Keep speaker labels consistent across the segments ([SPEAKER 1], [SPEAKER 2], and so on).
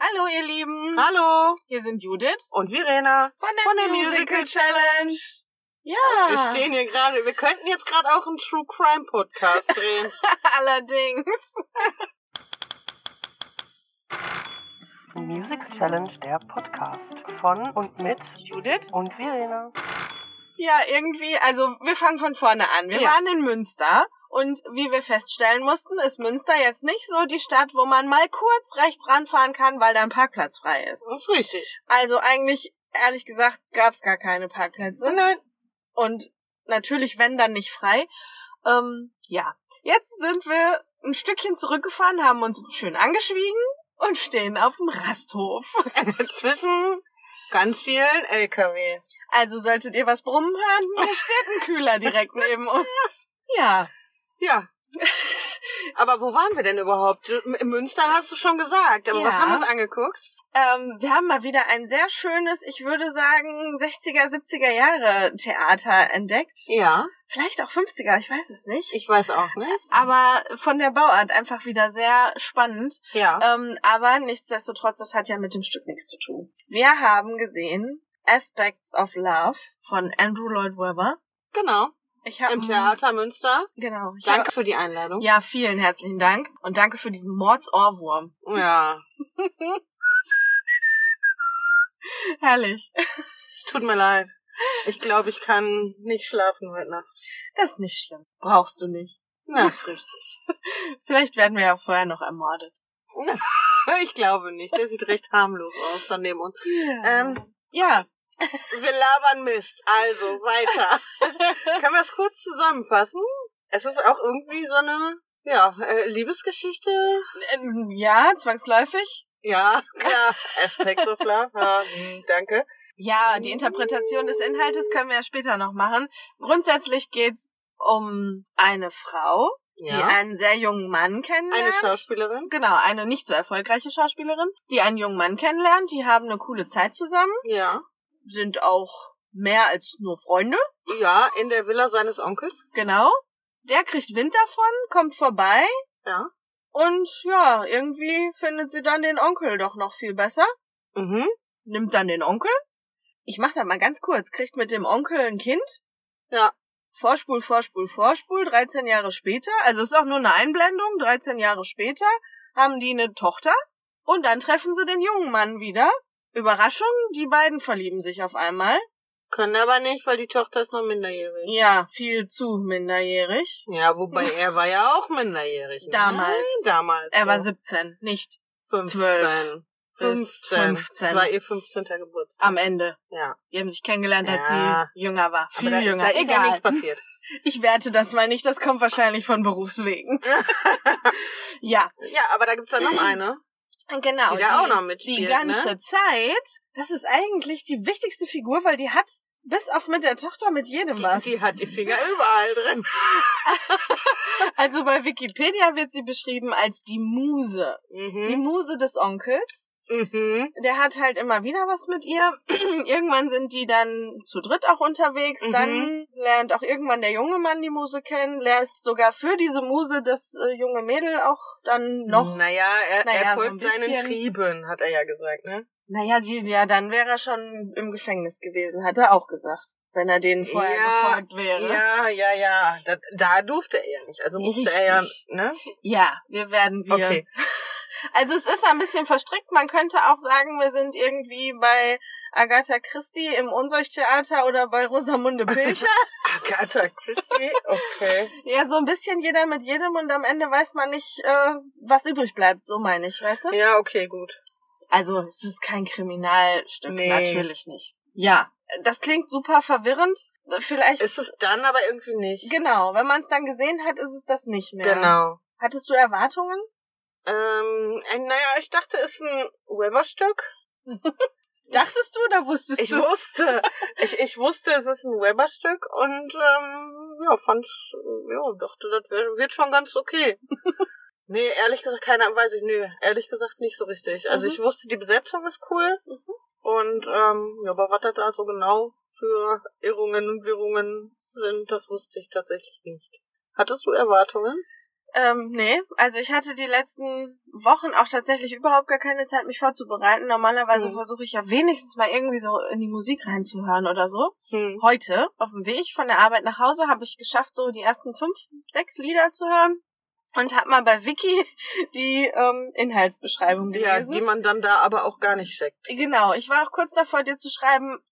[SPEAKER 1] Hallo ihr Lieben.
[SPEAKER 2] Hallo
[SPEAKER 1] Hier sind Judith
[SPEAKER 2] und Virena
[SPEAKER 1] von
[SPEAKER 2] Ah. von der Musical Challenge.
[SPEAKER 1] Ja.
[SPEAKER 2] Wir stehen hier gerade, wir könnten jetzt gerade auch einen True Crime Podcast drehen.
[SPEAKER 1] Allerdings.
[SPEAKER 2] Musical Challenge, der Podcast von und mit
[SPEAKER 1] Judith?
[SPEAKER 2] und Virena.
[SPEAKER 1] Ja, irgendwie. Also wir fangen von vorne an. Wir
[SPEAKER 2] Ja.
[SPEAKER 1] waren in Münster. Und wie wir feststellen mussten, ist Münster jetzt nicht so die Stadt, wo man mal kurz rechts ranfahren kann, weil da ein Parkplatz frei ist.
[SPEAKER 2] Das ist richtig.
[SPEAKER 1] Also eigentlich, ehrlich gesagt, gab's gar keine Parkplätze.
[SPEAKER 2] Nein,
[SPEAKER 1] und natürlich, wenn dann nicht frei. Ähm, ja, jetzt sind wir ein Stückchen zurückgefahren, haben uns schön angeschwiegen und stehen auf dem Rasthof.
[SPEAKER 2] zwischen ganz vielen LKW.
[SPEAKER 1] Also solltet ihr was brummen hören, hier steht ein Kühler direkt neben uns. Ja,
[SPEAKER 2] Ja. Aber wo waren wir denn überhaupt? Du- M- Münster hast du schon gesagt, aber
[SPEAKER 1] Ja.
[SPEAKER 2] was haben wir uns angeguckt?
[SPEAKER 1] ähm, wir haben mal wieder ein sehr schönes, ich würde sagen 60er, 70er Jahre Theater entdeckt.
[SPEAKER 2] Ja,
[SPEAKER 1] Vielleicht auch 50er, ich weiß es nicht.
[SPEAKER 2] ich weiß auch nicht.
[SPEAKER 1] aber von der Bauart einfach wieder sehr spannend.
[SPEAKER 2] Ja.
[SPEAKER 1] Ähm, aber nichtsdestotrotz, das hat ja mit dem Stück nichts zu tun. Wir haben gesehen Aspects of Love von Andrew Lloyd Webber.
[SPEAKER 2] Genau.
[SPEAKER 1] Ich hab,
[SPEAKER 2] Im Theater Münster.
[SPEAKER 1] Genau. Ich
[SPEAKER 2] Danke für die Einladung.
[SPEAKER 1] Hab, ähm, ja, vielen herzlichen Dank. Und danke für diesen Mordsohrwurm.
[SPEAKER 2] ja.
[SPEAKER 1] Herrlich.
[SPEAKER 2] Es tut mir leid. Ich glaube, ich kann nicht schlafen heute Nacht.
[SPEAKER 1] Das ist nicht schlimm. Brauchst du nicht.
[SPEAKER 2] Na, ist richtig.
[SPEAKER 1] Vielleicht werden wir ja vorher noch ermordet.
[SPEAKER 2] Ich glaube nicht. Der sieht recht harmlos aus daneben uns. Ähm,
[SPEAKER 1] ja.
[SPEAKER 2] Wir labern Mist. Also, weiter. Können wir es kurz zusammenfassen? Es ist auch irgendwie so eine, ja, äh, Liebesgeschichte.
[SPEAKER 1] Ähm, ja, zwangsläufig.
[SPEAKER 2] Ja, klar. Aspect of Love. Ja, hm, danke.
[SPEAKER 1] Ja, die Interpretation des Inhaltes können wir ja später noch machen. Grundsätzlich geht's um eine Frau, die
[SPEAKER 2] Ja.
[SPEAKER 1] einen sehr jungen Mann kennenlernt.
[SPEAKER 2] Eine Schauspielerin.
[SPEAKER 1] Genau, eine nicht so erfolgreiche Schauspielerin, die einen jungen Mann kennenlernt. Die haben eine coole Zeit zusammen,
[SPEAKER 2] Ja.
[SPEAKER 1] sind auch mehr als nur Freunde.
[SPEAKER 2] Ja, in der Villa seines Onkels.
[SPEAKER 1] Genau. Der kriegt Wind davon, kommt vorbei
[SPEAKER 2] Ja.
[SPEAKER 1] und ja, irgendwie findet sie dann den Onkel doch noch viel besser.
[SPEAKER 2] Mhm.
[SPEAKER 1] Nimmt dann den Onkel. Ich mach das mal ganz kurz. Kriegt mit dem Onkel ein Kind.
[SPEAKER 2] Ja.
[SPEAKER 1] Vorspul, Vorspul, Vorspul, 13 Jahre später, also ist auch nur eine Einblendung, 13 Jahre später haben die eine Tochter und dann treffen sie den jungen Mann wieder. Überraschung, die beiden verlieben sich auf einmal.
[SPEAKER 2] Können aber nicht, weil die Tochter ist noch minderjährig.
[SPEAKER 1] Ja, viel zu minderjährig.
[SPEAKER 2] Ja, wobei er war ja auch minderjährig. ne?
[SPEAKER 1] Damals.
[SPEAKER 2] damals.
[SPEAKER 1] Er war
[SPEAKER 2] so.
[SPEAKER 1] 17, nicht
[SPEAKER 2] 15.
[SPEAKER 1] 12 bis
[SPEAKER 2] 15.
[SPEAKER 1] 15.
[SPEAKER 2] Das war ihr 15. Geburtstag.
[SPEAKER 1] am Ende.
[SPEAKER 2] ja.
[SPEAKER 1] Die haben sich kennengelernt, als
[SPEAKER 2] Ja.
[SPEAKER 1] sie jünger war. Viel
[SPEAKER 2] da,
[SPEAKER 1] jünger.
[SPEAKER 2] da ist ja
[SPEAKER 1] Egal.
[SPEAKER 2] nichts passiert.
[SPEAKER 1] ich werte das mal nicht, das kommt wahrscheinlich von Berufswegen. ja,
[SPEAKER 2] Ja, aber da gibt's ja noch eine,
[SPEAKER 1] genau.
[SPEAKER 2] die da auch noch mitspielt.
[SPEAKER 1] die ganze
[SPEAKER 2] ne?
[SPEAKER 1] Zeit. Das ist eigentlich die wichtigste Figur, weil die hat bis auf mit der Tochter mit jedem was.
[SPEAKER 2] Die, die hat die Finger überall drin.
[SPEAKER 1] Also bei Wikipedia wird sie beschrieben als die Muse. Die
[SPEAKER 2] Mhm.
[SPEAKER 1] Muse des Onkels.
[SPEAKER 2] Mhm.
[SPEAKER 1] Der hat halt immer wieder was mit ihr. irgendwann sind die dann zu dritt auch unterwegs.
[SPEAKER 2] Mhm.
[SPEAKER 1] Dann lernt auch irgendwann der junge Mann die Muse kennen. Lässt sogar für diese Muse das äh, junge Mädel auch dann noch.
[SPEAKER 2] Naja, er,
[SPEAKER 1] Naja,
[SPEAKER 2] er
[SPEAKER 1] so ein
[SPEAKER 2] folgt seinen
[SPEAKER 1] bisschen.
[SPEAKER 2] Trieben, hat er ja gesagt, ne?
[SPEAKER 1] Naja, die, ja, dann wäre er schon im Gefängnis gewesen, hat er auch gesagt. Wenn er denen vorher
[SPEAKER 2] Ja,
[SPEAKER 1] gefolgt wäre.
[SPEAKER 2] Ja, ja, ja. Da, da durfte er ja nicht. Also musste er ja,
[SPEAKER 1] Richtig.
[SPEAKER 2] ne?
[SPEAKER 1] Ja, wir werden wir.
[SPEAKER 2] Okay.
[SPEAKER 1] Also es ist ein bisschen verstrickt. Man könnte auch sagen, wir sind irgendwie bei Agatha Christie im Unseuchtheater oder bei Rosamunde Pilcher.
[SPEAKER 2] Ah, Agatha Christie, okay.
[SPEAKER 1] ja, so ein bisschen jeder mit jedem und am Ende weiß man nicht, äh, was übrig bleibt. So meine ich, weißt du?
[SPEAKER 2] Ja, okay, gut.
[SPEAKER 1] Also es ist kein Kriminalstück,
[SPEAKER 2] Nee.
[SPEAKER 1] natürlich nicht. Ja, das klingt super verwirrend. Vielleicht.
[SPEAKER 2] Ist es dann aber irgendwie nicht.
[SPEAKER 1] genau, wenn man es dann gesehen hat, ist es das nicht mehr.
[SPEAKER 2] Genau.
[SPEAKER 1] Hattest du Erwartungen?
[SPEAKER 2] Ähm, äh, naja, ich dachte, es ist ein Weber-Stück.
[SPEAKER 1] Dachtest du oder wusstest
[SPEAKER 2] Ich
[SPEAKER 1] du?
[SPEAKER 2] wusste, ich, ich wusste, es ist ein Weber-Stück und ähm, ja, fand, ja, dachte, das wär, wird schon ganz okay. nee, ehrlich gesagt, keiner weiß ich, nee, ehrlich gesagt nicht so richtig. Also
[SPEAKER 1] Mhm.
[SPEAKER 2] ich wusste, die Besetzung ist cool und ähm, ja, aber was das da so genau für Irrungen und Wirrungen sind, das wusste ich tatsächlich nicht. Hattest du Erwartungen?
[SPEAKER 1] Ähm, nee, also ich hatte die letzten Wochen auch tatsächlich überhaupt gar keine Zeit, mich vorzubereiten. Normalerweise
[SPEAKER 2] Mhm.
[SPEAKER 1] versuche ich ja wenigstens mal irgendwie so in die Musik reinzuhören oder so.
[SPEAKER 2] Hm.
[SPEAKER 1] Heute, auf dem Weg von der Arbeit nach Hause, habe ich geschafft, so die ersten fünf, sechs Lieder zu hören und habe mal bei Wiki die ähm, Inhaltsbeschreibung
[SPEAKER 2] Ja,
[SPEAKER 1] gelesen.
[SPEAKER 2] die man dann da aber auch gar nicht checkt.
[SPEAKER 1] Genau, ich war auch kurz davor, dir zu schreiben,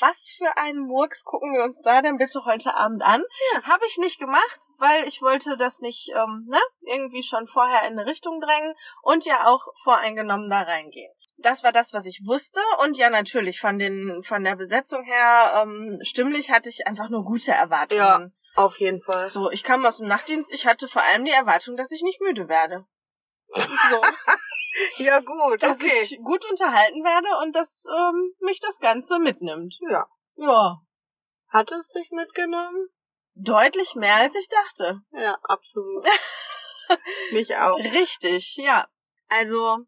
[SPEAKER 1] was für einen Murks gucken wir uns da denn bitte heute Abend an?
[SPEAKER 2] Ja.
[SPEAKER 1] Habe ich nicht gemacht, weil ich wollte das nicht ähm, ne, irgendwie schon vorher in eine Richtung drängen und ja auch voreingenommen da reingehen. Das war das, was ich wusste und ja natürlich von den von der Besetzung her ähm, stimmlich hatte ich einfach nur gute Erwartungen.
[SPEAKER 2] Auf jeden Fall.
[SPEAKER 1] So, ich kam aus dem Nachtdienst, ich hatte vor allem die Erwartung, dass ich nicht müde werde. So
[SPEAKER 2] Ja, gut,
[SPEAKER 1] dass
[SPEAKER 2] okay.
[SPEAKER 1] ich gut unterhalten werde und dass ähm, mich das Ganze mitnimmt.
[SPEAKER 2] Ja.
[SPEAKER 1] Ja,
[SPEAKER 2] Hat es dich mitgenommen?
[SPEAKER 1] deutlich mehr als ich dachte.
[SPEAKER 2] Ja, absolut. Mich auch.
[SPEAKER 1] Richtig, ja. Also,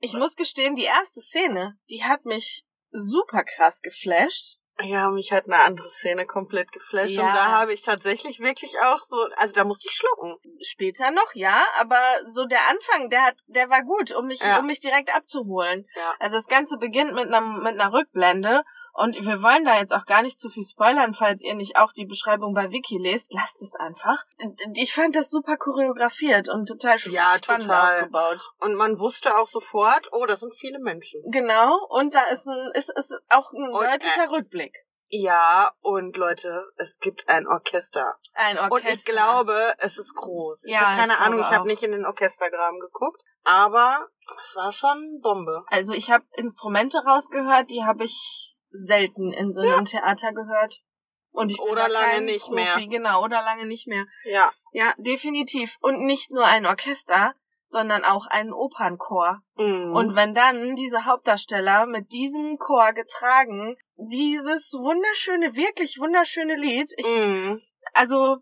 [SPEAKER 1] ich muss gestehen, die erste Szene, die hat mich super krass geflasht.
[SPEAKER 2] Ja, mich hat eine andere Szene komplett geflasht
[SPEAKER 1] Ja.
[SPEAKER 2] und da habe ich tatsächlich wirklich auch so, also da musste ich schlucken.
[SPEAKER 1] Später noch, ja, aber so der Anfang, der hat, der war gut, um mich,
[SPEAKER 2] Ja.
[SPEAKER 1] um mich direkt abzuholen.
[SPEAKER 2] Ja.
[SPEAKER 1] Also das Ganze beginnt mit einer, mit einer Rückblende und wir wollen da jetzt auch gar nicht zu viel spoilern, falls ihr nicht auch die Beschreibung bei Wiki lest, lasst es einfach. Und Ich fand das super choreografiert und total sch-
[SPEAKER 2] Ja,
[SPEAKER 1] spannend
[SPEAKER 2] total.
[SPEAKER 1] aufgebaut.
[SPEAKER 2] Und man wusste auch sofort, oh, das sind viele Menschen.
[SPEAKER 1] Genau, und da ist ein, ist, ist auch ein
[SPEAKER 2] Und, äh,
[SPEAKER 1] deutlicher Rückblick.
[SPEAKER 2] Ja, und Leute, es gibt ein Orchester.
[SPEAKER 1] Ein Orchester.
[SPEAKER 2] Und ich glaube, es ist groß. Ich
[SPEAKER 1] Ja,
[SPEAKER 2] habe keine
[SPEAKER 1] ich glaube
[SPEAKER 2] Ahnung, ich
[SPEAKER 1] auch.
[SPEAKER 2] habe nicht in den Orchestergraben geguckt, aber es war schon Bombe.
[SPEAKER 1] Also ich habe Instrumente rausgehört, die habe ich selten in so einem Theater gehört. Und ich bin
[SPEAKER 2] Oder
[SPEAKER 1] da
[SPEAKER 2] lange
[SPEAKER 1] kein
[SPEAKER 2] nicht
[SPEAKER 1] Profi,
[SPEAKER 2] mehr.
[SPEAKER 1] Genau, oder lange nicht mehr.
[SPEAKER 2] Ja,
[SPEAKER 1] Ja, definitiv. Und nicht nur ein Orchester, sondern auch einen Opernchor.
[SPEAKER 2] Mhm.
[SPEAKER 1] Und wenn dann diese Hauptdarsteller mit diesem Chor getragen, dieses wunderschöne, wirklich wunderschöne Lied, ich,
[SPEAKER 2] Mhm.
[SPEAKER 1] also,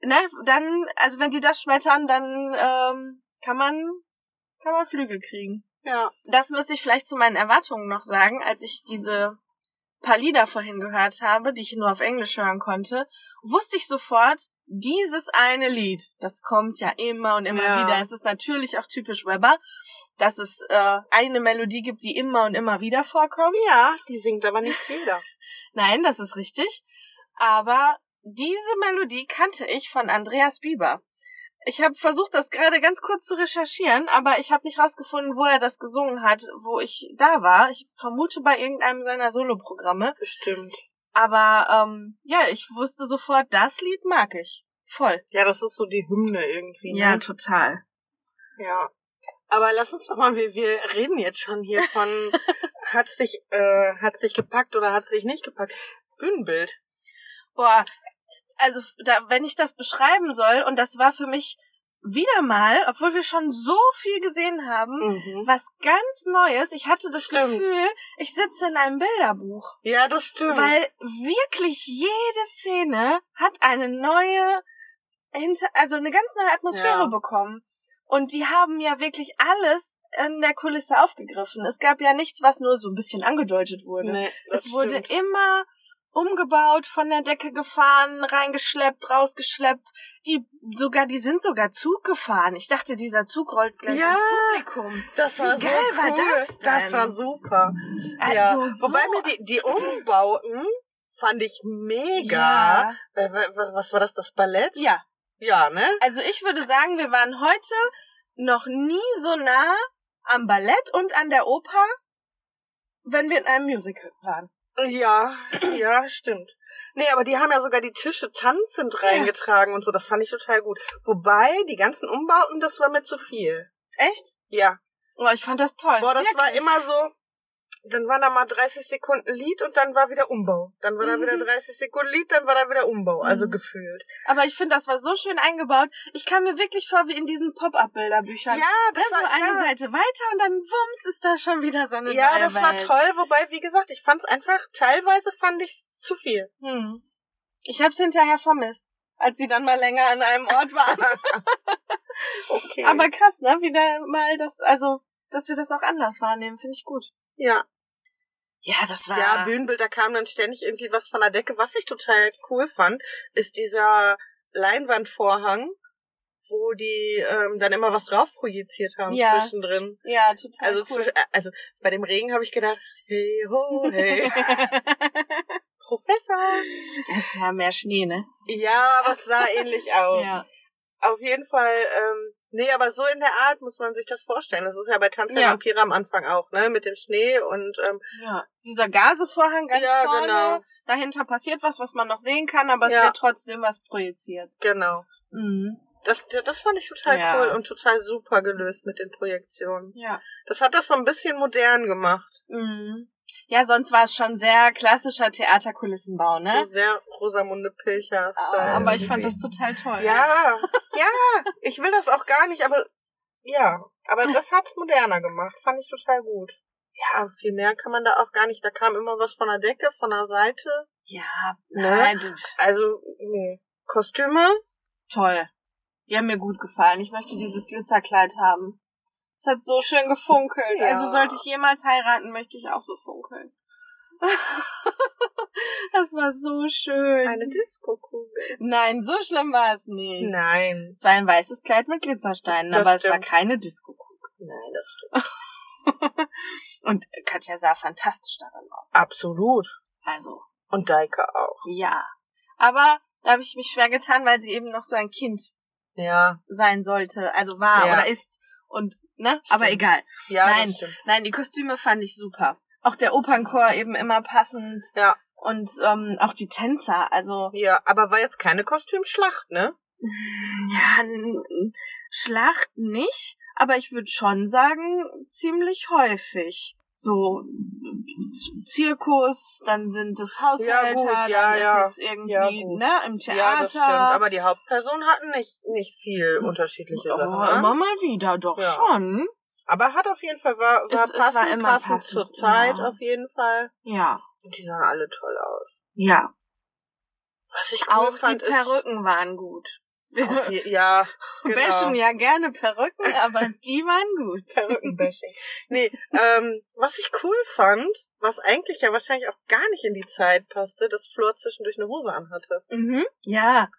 [SPEAKER 1] ne, dann, also wenn die das schmettern, dann ähm, kann man, kann man Flügel kriegen
[SPEAKER 2] ja,
[SPEAKER 1] das müsste ich vielleicht zu meinen Erwartungen noch sagen, als ich diese paar Lieder vorhin gehört habe, die ich nur auf Englisch hören konnte, wusste ich sofort, dieses eine Lied, das kommt ja immer und immer
[SPEAKER 2] Ja.
[SPEAKER 1] wieder. Es ist natürlich auch typisch Weber, dass es äh, eine Melodie gibt, die immer und immer wieder vorkommt.
[SPEAKER 2] ja, die singt aber nicht jeder.
[SPEAKER 1] Nein, das ist richtig. Aber diese Melodie kannte ich von Andreas Bieber. Ich habe versucht, das gerade ganz kurz zu recherchieren, aber ich habe nicht rausgefunden, wo er das gesungen hat, wo ich da war. Ich vermute bei irgendeinem seiner Soloprogramme.
[SPEAKER 2] Bestimmt.
[SPEAKER 1] Aber ähm, ja, ich wusste sofort, das Lied mag ich. Voll.
[SPEAKER 2] Ja, das ist so die Hymne irgendwie. ne?
[SPEAKER 1] total.
[SPEAKER 2] Ja. Aber lass uns doch mal, wir, wir reden jetzt schon hier von, hat's dich, äh, hat's dich gepackt oder hat's dich nicht gepackt? Bühnenbild.
[SPEAKER 1] Boah, also f- da, wenn ich das beschreiben soll, und das war für mich wieder mal, obwohl wir schon so viel gesehen haben,
[SPEAKER 2] Mhm.
[SPEAKER 1] was ganz Neues. Ich hatte das
[SPEAKER 2] Stimmt.
[SPEAKER 1] Gefühl, ich sitze in einem Bilderbuch.
[SPEAKER 2] Ja, das stimmt.
[SPEAKER 1] Weil wirklich jede Szene hat eine neue, hinter- also eine ganz neue Atmosphäre
[SPEAKER 2] Ja.
[SPEAKER 1] bekommen. Und die haben ja wirklich alles in der Kulisse aufgegriffen. Es gab ja nichts, was nur so ein bisschen angedeutet wurde.
[SPEAKER 2] nee, das
[SPEAKER 1] es wurde
[SPEAKER 2] stimmt.
[SPEAKER 1] immer umgebaut, von der Decke gefahren, reingeschleppt, rausgeschleppt. Die sogar, die sind sogar Zug gefahren. Ich dachte, dieser Zug rollt gleich
[SPEAKER 2] Ja.
[SPEAKER 1] ins Publikum.
[SPEAKER 2] Das war
[SPEAKER 1] Wie
[SPEAKER 2] so
[SPEAKER 1] geil
[SPEAKER 2] cool.
[SPEAKER 1] war das denn?
[SPEAKER 2] Das war super.
[SPEAKER 1] Also
[SPEAKER 2] ja.
[SPEAKER 1] so
[SPEAKER 2] Wobei mir die, die Umbauten fand ich mega. Äh, wa- wa- Was war das, das Ballett?
[SPEAKER 1] Ja. ja,
[SPEAKER 2] Ja, ne?
[SPEAKER 1] also ich würde sagen, wir waren heute noch nie so nah am Ballett und an der Oper, wenn wir in einem Musical waren.
[SPEAKER 2] Ja, ja, stimmt. Nee, aber die haben ja sogar die Tische tanzend reingetragen und so. Das fand ich total gut. Wobei, die ganzen Umbauten, das war mir zu viel.
[SPEAKER 1] Echt?
[SPEAKER 2] Ja.
[SPEAKER 1] Oh, ich fand das toll.
[SPEAKER 2] Boah, das
[SPEAKER 1] Wirklich.
[SPEAKER 2] war immer so. Dann war da mal 30 Sekunden Lied und dann war wieder Umbau. Dann war da
[SPEAKER 1] Mhm.
[SPEAKER 2] wieder 30 Sekunden Lied, dann war da wieder Umbau. Also
[SPEAKER 1] Mhm.
[SPEAKER 2] gefühlt.
[SPEAKER 1] Aber ich finde, das war so schön eingebaut. Ich kam mir wirklich vor wie in diesen Pop-up-Bilderbüchern. das, war eine
[SPEAKER 2] ja,
[SPEAKER 1] Seite weiter und dann wumms ist da schon wieder so eine
[SPEAKER 2] ja,
[SPEAKER 1] neue
[SPEAKER 2] das
[SPEAKER 1] Welt.
[SPEAKER 2] war toll. Wobei, wie gesagt, ich fand's einfach, teilweise fand ich's zu viel.
[SPEAKER 1] Hm. Ich hab's hinterher vermisst, als sie dann mal länger an einem Ort waren.
[SPEAKER 2] Okay.
[SPEAKER 1] Aber krass, ne? Wieder mal das, also, dass wir das auch anders wahrnehmen, finde ich gut.
[SPEAKER 2] ja.
[SPEAKER 1] Ja, das war.
[SPEAKER 2] Ja, Bühnenbild, da kam dann ständig irgendwie was von der Decke. Was ich total cool fand, ist dieser Leinwandvorhang, wo die ähm, dann immer was drauf projiziert haben
[SPEAKER 1] Ja.
[SPEAKER 2] zwischendrin.
[SPEAKER 1] Ja, total.
[SPEAKER 2] Also,
[SPEAKER 1] cool.
[SPEAKER 2] zwisch- äh, also bei dem Regen habe ich gedacht, hey ho, hey, Professor.
[SPEAKER 1] es war mehr Schnee, ne?
[SPEAKER 2] Ja, aber es sah ähnlich aus.
[SPEAKER 1] Ja.
[SPEAKER 2] Auf jeden Fall, ähm, nee, aber so in der Art muss man sich das vorstellen. Das ist ja bei Tanz der
[SPEAKER 1] Ja.
[SPEAKER 2] Vampire am Anfang auch, ne? Mit dem Schnee und ähm,
[SPEAKER 1] ja. Dieser Gasevorhang ganz
[SPEAKER 2] ja,
[SPEAKER 1] vorne.
[SPEAKER 2] genau,
[SPEAKER 1] Dahinter passiert was, was man noch sehen kann, aber es
[SPEAKER 2] Ja.
[SPEAKER 1] wird trotzdem was projiziert.
[SPEAKER 2] genau.
[SPEAKER 1] Mhm.
[SPEAKER 2] Das, das fand ich total
[SPEAKER 1] Ja.
[SPEAKER 2] cool und total super gelöst mit den Projektionen.
[SPEAKER 1] Ja.
[SPEAKER 2] Das hat das so ein bisschen modern gemacht.
[SPEAKER 1] Mhm. Ja, sonst war es schon sehr klassischer Theaterkulissenbau, ne?
[SPEAKER 2] So sehr Rosamunde Pilcher.
[SPEAKER 1] Ah, aber ich fand das total toll.
[SPEAKER 2] Ja, ja, ich will das auch gar nicht, aber ja, aber das hat's moderner gemacht, fand ich total gut. Ja, viel mehr kann man da auch gar nicht. Da kam immer was von der Decke, von der Seite.
[SPEAKER 1] Ja,
[SPEAKER 2] Ne?
[SPEAKER 1] nein, du-
[SPEAKER 2] Also, nee. Kostüme?
[SPEAKER 1] toll. Die haben mir gut gefallen. Ich möchte dieses Glitzerkleid haben. Es hat so schön gefunkelt.
[SPEAKER 2] Ja.
[SPEAKER 1] Also sollte ich jemals heiraten, möchte ich auch so funkeln. das war so schön.
[SPEAKER 2] Disco-Kugel.
[SPEAKER 1] Nein, so schlimm war es nicht.
[SPEAKER 2] Nein,
[SPEAKER 1] Es war ein weißes Kleid mit Glitzersteinen,
[SPEAKER 2] Das
[SPEAKER 1] aber es war
[SPEAKER 2] stimmt.
[SPEAKER 1] keine disco
[SPEAKER 2] nein, das stimmt.
[SPEAKER 1] Und Katja sah fantastisch darin aus.
[SPEAKER 2] Ah. Absolut.
[SPEAKER 1] Also,
[SPEAKER 2] Und Daika auch.
[SPEAKER 1] ja. Aber da habe ich mich schwer getan, weil sie eben noch so ein Kind
[SPEAKER 2] Ja,
[SPEAKER 1] sein sollte, also war
[SPEAKER 2] Ja.
[SPEAKER 1] oder ist. Und, ne? Aber
[SPEAKER 2] Stimmt.
[SPEAKER 1] egal.
[SPEAKER 2] ja,
[SPEAKER 1] Nein.
[SPEAKER 2] das stimmt.
[SPEAKER 1] Nein, die Kostüme fand ich super. Auch der Opernchor eben immer passend.
[SPEAKER 2] Ja.
[SPEAKER 1] Und ähm, auch die Tänzer, also
[SPEAKER 2] Ja, aber war jetzt keine Kostümschlacht, ne?
[SPEAKER 1] ja, n- n- Schlacht nicht, aber ich würde schon sagen, ziemlich häufig. So Z- Zirkus, dann sind es Haushalter,
[SPEAKER 2] gut, ja,
[SPEAKER 1] dann
[SPEAKER 2] ja.
[SPEAKER 1] ist es irgendwie,
[SPEAKER 2] Ja, gut.
[SPEAKER 1] ne, im Theater.
[SPEAKER 2] Ja, das stimmt. Aber die Hauptpersonen hatten nicht, nicht viel unterschiedliche
[SPEAKER 1] oh,
[SPEAKER 2] Sachen.
[SPEAKER 1] immer
[SPEAKER 2] Ne?
[SPEAKER 1] mal wieder, doch
[SPEAKER 2] Ja.
[SPEAKER 1] schon.
[SPEAKER 2] Aber hat auf jeden Fall, war, war
[SPEAKER 1] Es- es
[SPEAKER 2] passend,
[SPEAKER 1] war immer
[SPEAKER 2] passend,
[SPEAKER 1] passend,
[SPEAKER 2] zur Zeit
[SPEAKER 1] ja.
[SPEAKER 2] auf jeden Fall.
[SPEAKER 1] Ja,
[SPEAKER 2] Und die sahen alle toll aus.
[SPEAKER 1] ja.
[SPEAKER 2] Was ich cool
[SPEAKER 1] Auch die
[SPEAKER 2] fand, ist...
[SPEAKER 1] Perücken waren gut.
[SPEAKER 2] Auf je- ja,
[SPEAKER 1] Wir
[SPEAKER 2] genau.
[SPEAKER 1] wäschen ja gerne Perücken, aber die waren gut.
[SPEAKER 2] Perückenbashing. Nee, ähm, was ich cool fand, was eigentlich ja wahrscheinlich auch gar nicht in die Zeit passte, dass Flor zwischendurch eine Hose anhatte.
[SPEAKER 1] Mhm. Ja,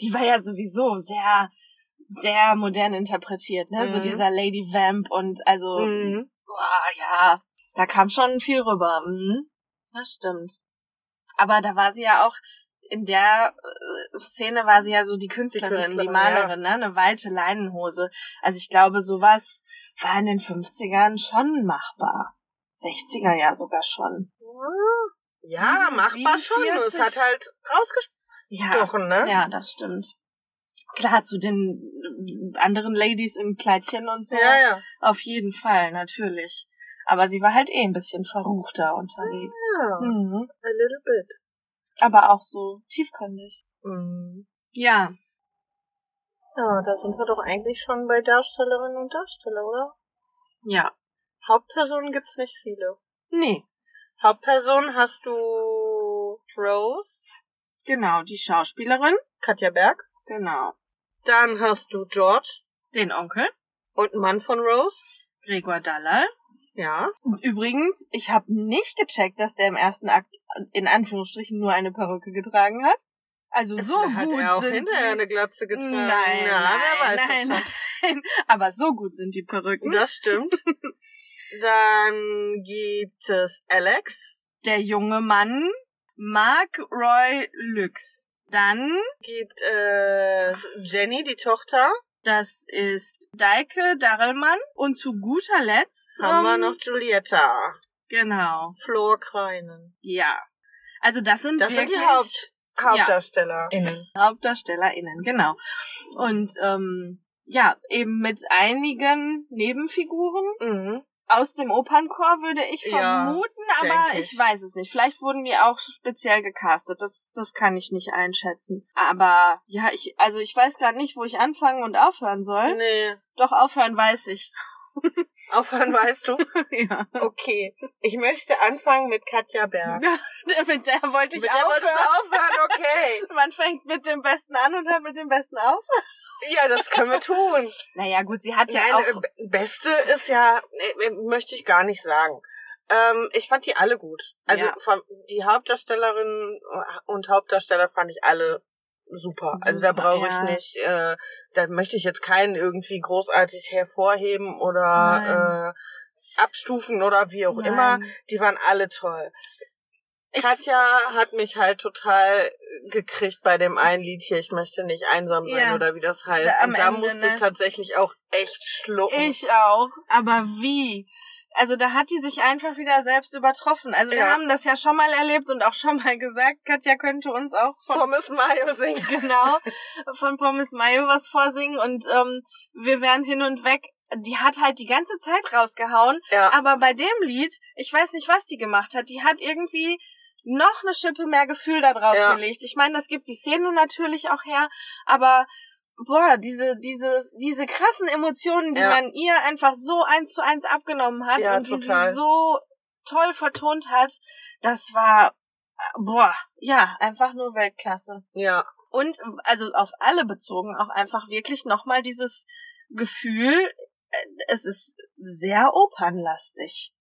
[SPEAKER 1] die war ja sowieso sehr, sehr modern interpretiert, ne? So
[SPEAKER 2] Mhm.
[SPEAKER 1] dieser Lady Vamp und also,
[SPEAKER 2] Mhm.
[SPEAKER 1] boah, ja, da kam schon viel rüber. Mhm. Das stimmt. Aber da war sie ja auch, in der äh, Szene war sie ja so die Künstlerin, die,
[SPEAKER 2] Künstlerin,
[SPEAKER 1] Malerin, ne? Eine weite Leinenhose. Also ich glaube, sowas war in den 50ern schon machbar. 60er ja sogar schon.
[SPEAKER 2] Ja,
[SPEAKER 1] Sieben-
[SPEAKER 2] machbar schon. nur Es
[SPEAKER 1] 47.
[SPEAKER 2] hat halt rausgestochen,
[SPEAKER 1] Ja.
[SPEAKER 2] ne?
[SPEAKER 1] Ja, das stimmt. Klar, zu den äh, anderen Ladies in Kleidchen und so.
[SPEAKER 2] ja, ja.
[SPEAKER 1] Auf jeden Fall, natürlich. Aber sie war halt eh ein bisschen verruchter unterwegs.
[SPEAKER 2] Ja,
[SPEAKER 1] Mhm.
[SPEAKER 2] a little bit.
[SPEAKER 1] Aber auch so tiefgründig.
[SPEAKER 2] Mhm.
[SPEAKER 1] Ja.
[SPEAKER 2] Ja, da sind wir doch eigentlich schon bei Darstellerinnen und Darsteller, oder?
[SPEAKER 1] Ja.
[SPEAKER 2] Hauptpersonen gibt's nicht viele.
[SPEAKER 1] Nee.
[SPEAKER 2] Hauptpersonen hast du Rose,
[SPEAKER 1] Genau, die Schauspielerin.
[SPEAKER 2] Katja Berg.
[SPEAKER 1] Genau.
[SPEAKER 2] Dann hast du George
[SPEAKER 1] Den Onkel,
[SPEAKER 2] und einen Mann von Rose.
[SPEAKER 1] Gregor Dallal.
[SPEAKER 2] Ja.
[SPEAKER 1] Übrigens, ich habe nicht gecheckt, dass der im ersten Akt äh, in Anführungsstrichen nur eine Perücke getragen hat. Also so
[SPEAKER 2] hat
[SPEAKER 1] gut
[SPEAKER 2] er auch
[SPEAKER 1] sind
[SPEAKER 2] hinterher
[SPEAKER 1] die
[SPEAKER 2] eine Glatze getragen.
[SPEAKER 1] Nein,
[SPEAKER 2] Na,
[SPEAKER 1] nein,
[SPEAKER 2] wer weiß
[SPEAKER 1] nein,
[SPEAKER 2] das
[SPEAKER 1] nein. Aber so gut sind die Perücken.
[SPEAKER 2] schon. Das stimmt. Dann gibt es Alex,
[SPEAKER 1] Der junge Mann, Mark Roy Lux. Dann,
[SPEAKER 2] gibt es Jenny, die Tochter,
[SPEAKER 1] das ist Daike Darrellmann. Und zu guter Letzt
[SPEAKER 2] haben wir
[SPEAKER 1] ähm,
[SPEAKER 2] noch Julietta,
[SPEAKER 1] Genau,
[SPEAKER 2] Flor Kreinen.
[SPEAKER 1] ja. Also das sind
[SPEAKER 2] Das sind
[SPEAKER 1] wirklich
[SPEAKER 2] die Haupt Hauptdarsteller.
[SPEAKER 1] HauptdarstellerInnen, genau. Und ähm, ja, eben mit einigen Nebenfiguren.
[SPEAKER 2] Mhm.
[SPEAKER 1] aus dem Opernchor würde ich
[SPEAKER 2] Ja,
[SPEAKER 1] vermuten,
[SPEAKER 2] denk
[SPEAKER 1] aber
[SPEAKER 2] ich.
[SPEAKER 1] ich. weiß es nicht. Vielleicht wurden die auch speziell gecastet. Das, das kann ich nicht einschätzen. Aber ja, ich, also ich weiß gerade nicht, wo ich anfangen und aufhören soll.
[SPEAKER 2] Nee,
[SPEAKER 1] Doch aufhören weiß ich.
[SPEAKER 2] aufhören weißt du.
[SPEAKER 1] ja.
[SPEAKER 2] Okay, ich möchte anfangen mit Katja Berg.
[SPEAKER 1] mit der wollte ich
[SPEAKER 2] mit der wolltest
[SPEAKER 1] aufhören.
[SPEAKER 2] du aufhören, okay.
[SPEAKER 1] Man fängt mit dem Besten an und hört mit dem Besten auf.
[SPEAKER 2] Ja, das können wir tun.
[SPEAKER 1] Naja, gut, sie hat ja
[SPEAKER 2] Nein, äh,
[SPEAKER 1] auch.
[SPEAKER 2] be- Beste ist ja, äh, äh, möchte ich gar nicht sagen. Ähm, ich fand die alle gut. Also
[SPEAKER 1] Ja.
[SPEAKER 2] von- die Hauptdarstellerinnen und Hauptdarsteller äh, fand ich alle super. Also da
[SPEAKER 1] Super,
[SPEAKER 2] brauche ich
[SPEAKER 1] ja.
[SPEAKER 2] nicht, äh, da möchte ich jetzt keinen irgendwie großartig hervorheben oder
[SPEAKER 1] Nein.
[SPEAKER 2] äh, abstufen oder wie auch immer.
[SPEAKER 1] Nein.
[SPEAKER 2] Die waren alle toll. Katja hat mich halt total gekriegt bei dem einen Lied hier, ich möchte nicht einsam sein
[SPEAKER 1] Ja.
[SPEAKER 2] oder wie das heißt.
[SPEAKER 1] Da- am
[SPEAKER 2] und da
[SPEAKER 1] Ende,
[SPEAKER 2] musste ich
[SPEAKER 1] ne?
[SPEAKER 2] tatsächlich auch echt schlucken.
[SPEAKER 1] Ich auch. Aber wie? Also da hat die sich einfach wieder selbst übertroffen. Also wir
[SPEAKER 2] Ja.
[SPEAKER 1] haben das ja schon mal erlebt und auch schon mal gesagt, Katja könnte uns auch von
[SPEAKER 2] Pommes Mayo singen.
[SPEAKER 1] genau, von Pommes Mayo was vorsingen und ähm, wir wären hin und weg. Die hat halt die ganze Zeit rausgehauen,
[SPEAKER 2] Ja,
[SPEAKER 1] aber bei dem Lied, ich weiß nicht, was die gemacht hat, die hat irgendwie noch eine Schippe mehr Gefühl da drauf
[SPEAKER 2] Ja.
[SPEAKER 1] gelegt. Ich meine, das gibt die Szene natürlich auch her, aber boah, diese, diese, diese krassen Emotionen, die
[SPEAKER 2] Ja.
[SPEAKER 1] man ihr einfach so eins zu eins abgenommen hat
[SPEAKER 2] Ja,
[SPEAKER 1] und die
[SPEAKER 2] total.
[SPEAKER 1] sie so toll vertont hat, das war, boah, ja, einfach nur Weltklasse
[SPEAKER 2] ja,
[SPEAKER 1] und also auf alle bezogen auch einfach wirklich nochmal dieses Gefühl, äh, es ist sehr opernlastig.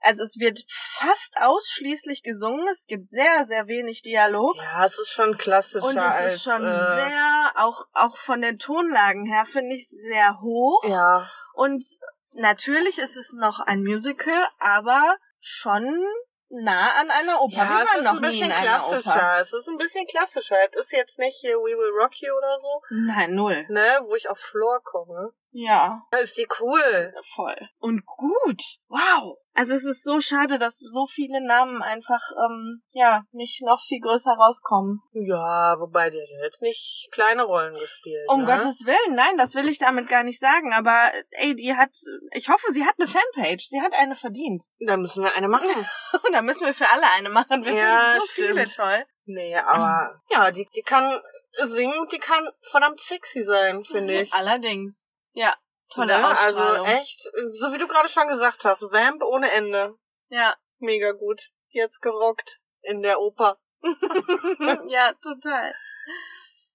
[SPEAKER 1] Also es wird fast ausschließlich gesungen, es gibt sehr, sehr wenig Dialog.
[SPEAKER 2] ja, es ist schon klassischer
[SPEAKER 1] Und es
[SPEAKER 2] als,
[SPEAKER 1] ist schon
[SPEAKER 2] äh,
[SPEAKER 1] sehr, auch, auch von den Tonlagen her, finde ich, sehr hoch.
[SPEAKER 2] ja,
[SPEAKER 1] Und natürlich ist es noch ein Musical, aber schon nah an einer Oper.
[SPEAKER 2] ja,
[SPEAKER 1] Wir
[SPEAKER 2] es
[SPEAKER 1] waren
[SPEAKER 2] ist
[SPEAKER 1] noch
[SPEAKER 2] ein
[SPEAKER 1] nie in
[SPEAKER 2] bisschen
[SPEAKER 1] einer Oper.
[SPEAKER 2] klassischer. Es ist ein bisschen klassischer. Es ist jetzt nicht hier We Will Rock You oder so,
[SPEAKER 1] Nein, null.
[SPEAKER 2] ne, wo ich auf Floor komme.
[SPEAKER 1] Ja.
[SPEAKER 2] Ja, ist die cool.
[SPEAKER 1] voll. Und gut. Wow. Also es ist so schade, dass so viele Namen einfach ähm, ja nicht noch viel größer rauskommen.
[SPEAKER 2] Ja, wobei die hat ja jetzt nicht kleine Rollen gespielt.
[SPEAKER 1] Um
[SPEAKER 2] ne?
[SPEAKER 1] Gottes Willen, nein, das will ich damit gar nicht sagen. Aber äh, ey, die hat, ich hoffe, sie hat eine Fanpage. Sie hat eine verdient.
[SPEAKER 2] Dann müssen wir eine machen.
[SPEAKER 1] Und da müssen wir für alle eine machen. Wir
[SPEAKER 2] Ja,
[SPEAKER 1] finden so viele
[SPEAKER 2] stimmt.
[SPEAKER 1] toll.
[SPEAKER 2] Nee, aber ja, die, die kann singen, die kann verdammt sexy sein, finde ich.
[SPEAKER 1] Allerdings, ja, tolle
[SPEAKER 2] Ne?
[SPEAKER 1] Ausstrahlung.
[SPEAKER 2] Also echt, so wie du gerade schon gesagt hast, Vamp ohne Ende.
[SPEAKER 1] ja,
[SPEAKER 2] Mega gut. Die hat's gerockt in der Oper.
[SPEAKER 1] ja, total.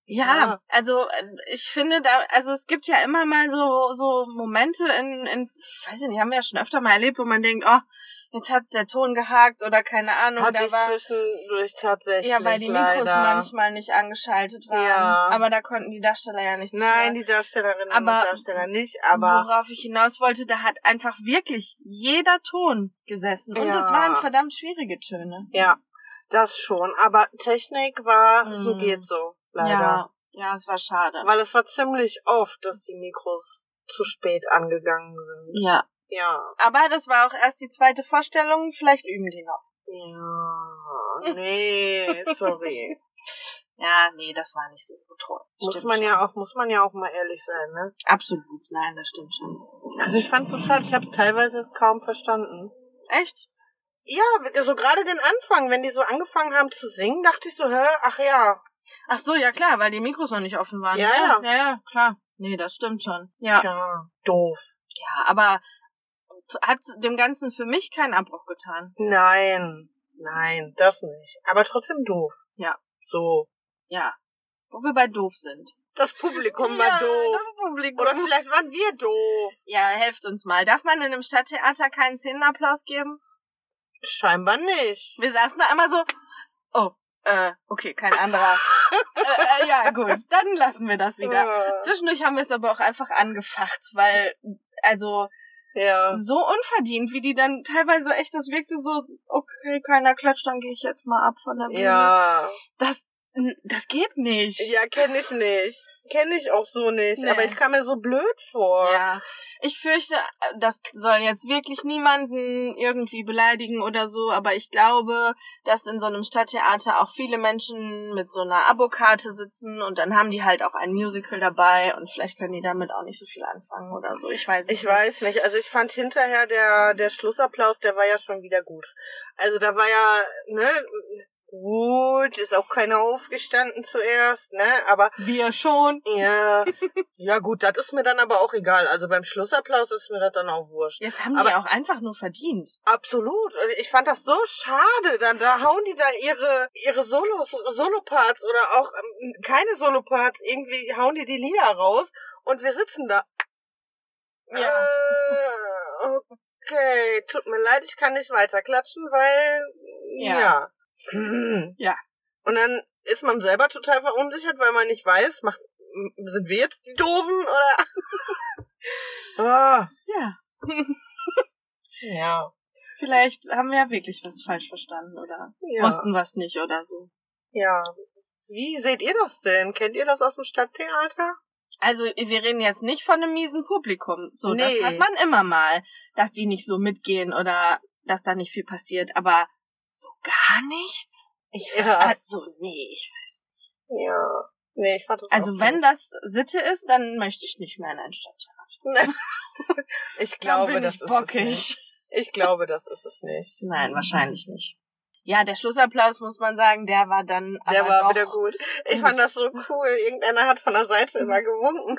[SPEAKER 1] Ja,
[SPEAKER 2] Ja.
[SPEAKER 1] also äh, ich finde da, also es gibt ja immer mal so so Momente in, in, weiß ich nicht, haben wir ja schon öfter mal erlebt, wo man denkt, oh, jetzt hat der Ton gehakt oder keine Ahnung,
[SPEAKER 2] Hatte
[SPEAKER 1] da
[SPEAKER 2] ich
[SPEAKER 1] war
[SPEAKER 2] zwischendurch tatsächlich.
[SPEAKER 1] ja, weil die Mikros
[SPEAKER 2] leider.
[SPEAKER 1] manchmal nicht angeschaltet waren.
[SPEAKER 2] Ja.
[SPEAKER 1] Aber da konnten die Darsteller ja nichts
[SPEAKER 2] Nein,
[SPEAKER 1] für.
[SPEAKER 2] die Darstellerinnen und
[SPEAKER 1] Aber-
[SPEAKER 2] Darsteller nicht, aber
[SPEAKER 1] Worauf ich hinaus wollte, da hat einfach wirklich jeder Ton gesessen. Und
[SPEAKER 2] Ja.
[SPEAKER 1] es waren verdammt schwierige Töne.
[SPEAKER 2] ja, das schon. Aber Technik war,
[SPEAKER 1] Mhm.
[SPEAKER 2] so geht so, leider.
[SPEAKER 1] Ja, ja, es war schade.
[SPEAKER 2] Weil es war ziemlich oft, dass die Mikros zu spät angegangen sind.
[SPEAKER 1] ja.
[SPEAKER 2] Ja.
[SPEAKER 1] Aber das war auch erst die zweite Vorstellung, vielleicht üben die noch.
[SPEAKER 2] Ja, nee, sorry.
[SPEAKER 1] Ja, nee, das war nicht so gut.
[SPEAKER 2] muss man ja auch, muss man ja auch mal ehrlich sein, ne?
[SPEAKER 1] Absolut, nein, das stimmt schon.
[SPEAKER 2] Also ich fand's so schade, ich hab's teilweise kaum verstanden.
[SPEAKER 1] Echt?
[SPEAKER 2] Ja, so gerade den Anfang, wenn die so angefangen haben zu singen, dachte ich so, hä, ach ja.
[SPEAKER 1] Ach so, ja klar, weil die Mikros noch nicht offen waren.
[SPEAKER 2] Ja, ja.
[SPEAKER 1] ja. Ja, ja, klar. Nee, das stimmt schon. Ja. ja.
[SPEAKER 2] Ja, doof.
[SPEAKER 1] aber hat dem Ganzen für mich keinen Abbruch getan.
[SPEAKER 2] Nein, nein, das nicht. Aber trotzdem doof.
[SPEAKER 1] Ja.
[SPEAKER 2] So.
[SPEAKER 1] Ja. Wo wir bei doof sind.
[SPEAKER 2] Das Publikum war
[SPEAKER 1] ja,
[SPEAKER 2] doof.
[SPEAKER 1] Das Publikum.
[SPEAKER 2] Oder vielleicht waren wir doof.
[SPEAKER 1] ja, helft uns mal. Darf man in einem Stadttheater keinen Szenenapplaus geben?
[SPEAKER 2] Scheinbar nicht.
[SPEAKER 1] Wir saßen da immer so, oh, äh, okay, kein anderer. äh, äh, ja, gut, dann lassen wir das wieder.
[SPEAKER 2] Ja.
[SPEAKER 1] Zwischendurch haben wir es aber auch einfach angefacht, weil, also,
[SPEAKER 2] Ja.
[SPEAKER 1] so unverdient, wie die dann teilweise echt, das wirkte so, okay, keiner klatscht, dann gehe ich jetzt mal ab von der Bühne.
[SPEAKER 2] Ja.
[SPEAKER 1] Das, das geht nicht.
[SPEAKER 2] Ja, kenne ich nicht. Kenne ich auch so nicht.
[SPEAKER 1] Nee.
[SPEAKER 2] Aber ich kam mir so blöd vor.
[SPEAKER 1] Ja, ich fürchte, das soll jetzt wirklich niemanden irgendwie beleidigen oder so, aber ich glaube, dass in so einem Stadttheater auch viele Menschen mit so einer Abokarte sitzen und dann haben die halt auch ein Musical dabei und vielleicht können die damit auch nicht so viel anfangen oder so. Ich weiß es
[SPEAKER 2] Ich
[SPEAKER 1] nicht.
[SPEAKER 2] weiß nicht. Also ich fand hinterher der, der Schlussapplaus, der war ja schon wieder gut. Also da war ja, ne, gut, ist auch keiner aufgestanden zuerst, ne, aber
[SPEAKER 1] Wir schon.
[SPEAKER 2] ja, ja gut, das ist mir dann aber auch egal. Also beim Schlussapplaus ist mir das dann auch wurscht.
[SPEAKER 1] Jetzt haben die
[SPEAKER 2] Aber-
[SPEAKER 1] auch einfach nur verdient.
[SPEAKER 2] Absolut. Und ich fand das so schade. Dann da hauen die da ihre ihre Solos, Soloparts oder auch ähm, keine Soloparts, irgendwie hauen die die Lieder raus und wir sitzen da.
[SPEAKER 1] Ja.
[SPEAKER 2] Äh, okay, tut mir leid, ich kann nicht weiter klatschen, weil ja.
[SPEAKER 1] Ja. Ja.
[SPEAKER 2] Und dann ist man selber total verunsichert, weil man nicht weiß, macht, sind wir jetzt die Doofen oder? ah,
[SPEAKER 1] Ja.
[SPEAKER 2] ja.
[SPEAKER 1] Vielleicht haben wir ja wirklich was falsch verstanden oder
[SPEAKER 2] Ja.
[SPEAKER 1] wussten was nicht oder so.
[SPEAKER 2] ja. Wie seht ihr das denn? Kennt ihr das aus dem Stadttheater?
[SPEAKER 1] Also wir reden jetzt nicht von einem miesen Publikum. So,
[SPEAKER 2] Nee.
[SPEAKER 1] das hat man immer mal, dass die nicht so mitgehen oder dass da nicht viel passiert. Aber so gar nichts? Ich
[SPEAKER 2] Ja.
[SPEAKER 1] Also, nee, ich weiß nicht.
[SPEAKER 2] Ja. Nee, ich fand das
[SPEAKER 1] Also
[SPEAKER 2] auch
[SPEAKER 1] wenn das Sitte ist, dann möchte ich nicht mehr in ein Stadttheater.
[SPEAKER 2] ich
[SPEAKER 1] Dann
[SPEAKER 2] glaube,
[SPEAKER 1] bin
[SPEAKER 2] das
[SPEAKER 1] ich
[SPEAKER 2] ist es nicht.
[SPEAKER 1] bockig.
[SPEAKER 2] Ich glaube, das ist es nicht.
[SPEAKER 1] Nein, wahrscheinlich nicht. Ja, der Schlussapplaus, muss man sagen, der war dann
[SPEAKER 2] Der
[SPEAKER 1] aber
[SPEAKER 2] war
[SPEAKER 1] doch,
[SPEAKER 2] wieder gut.
[SPEAKER 1] gut.
[SPEAKER 2] Ich
[SPEAKER 1] Mhm.
[SPEAKER 2] fand das so cool. Irgendeiner hat von der Seite immer gewunken.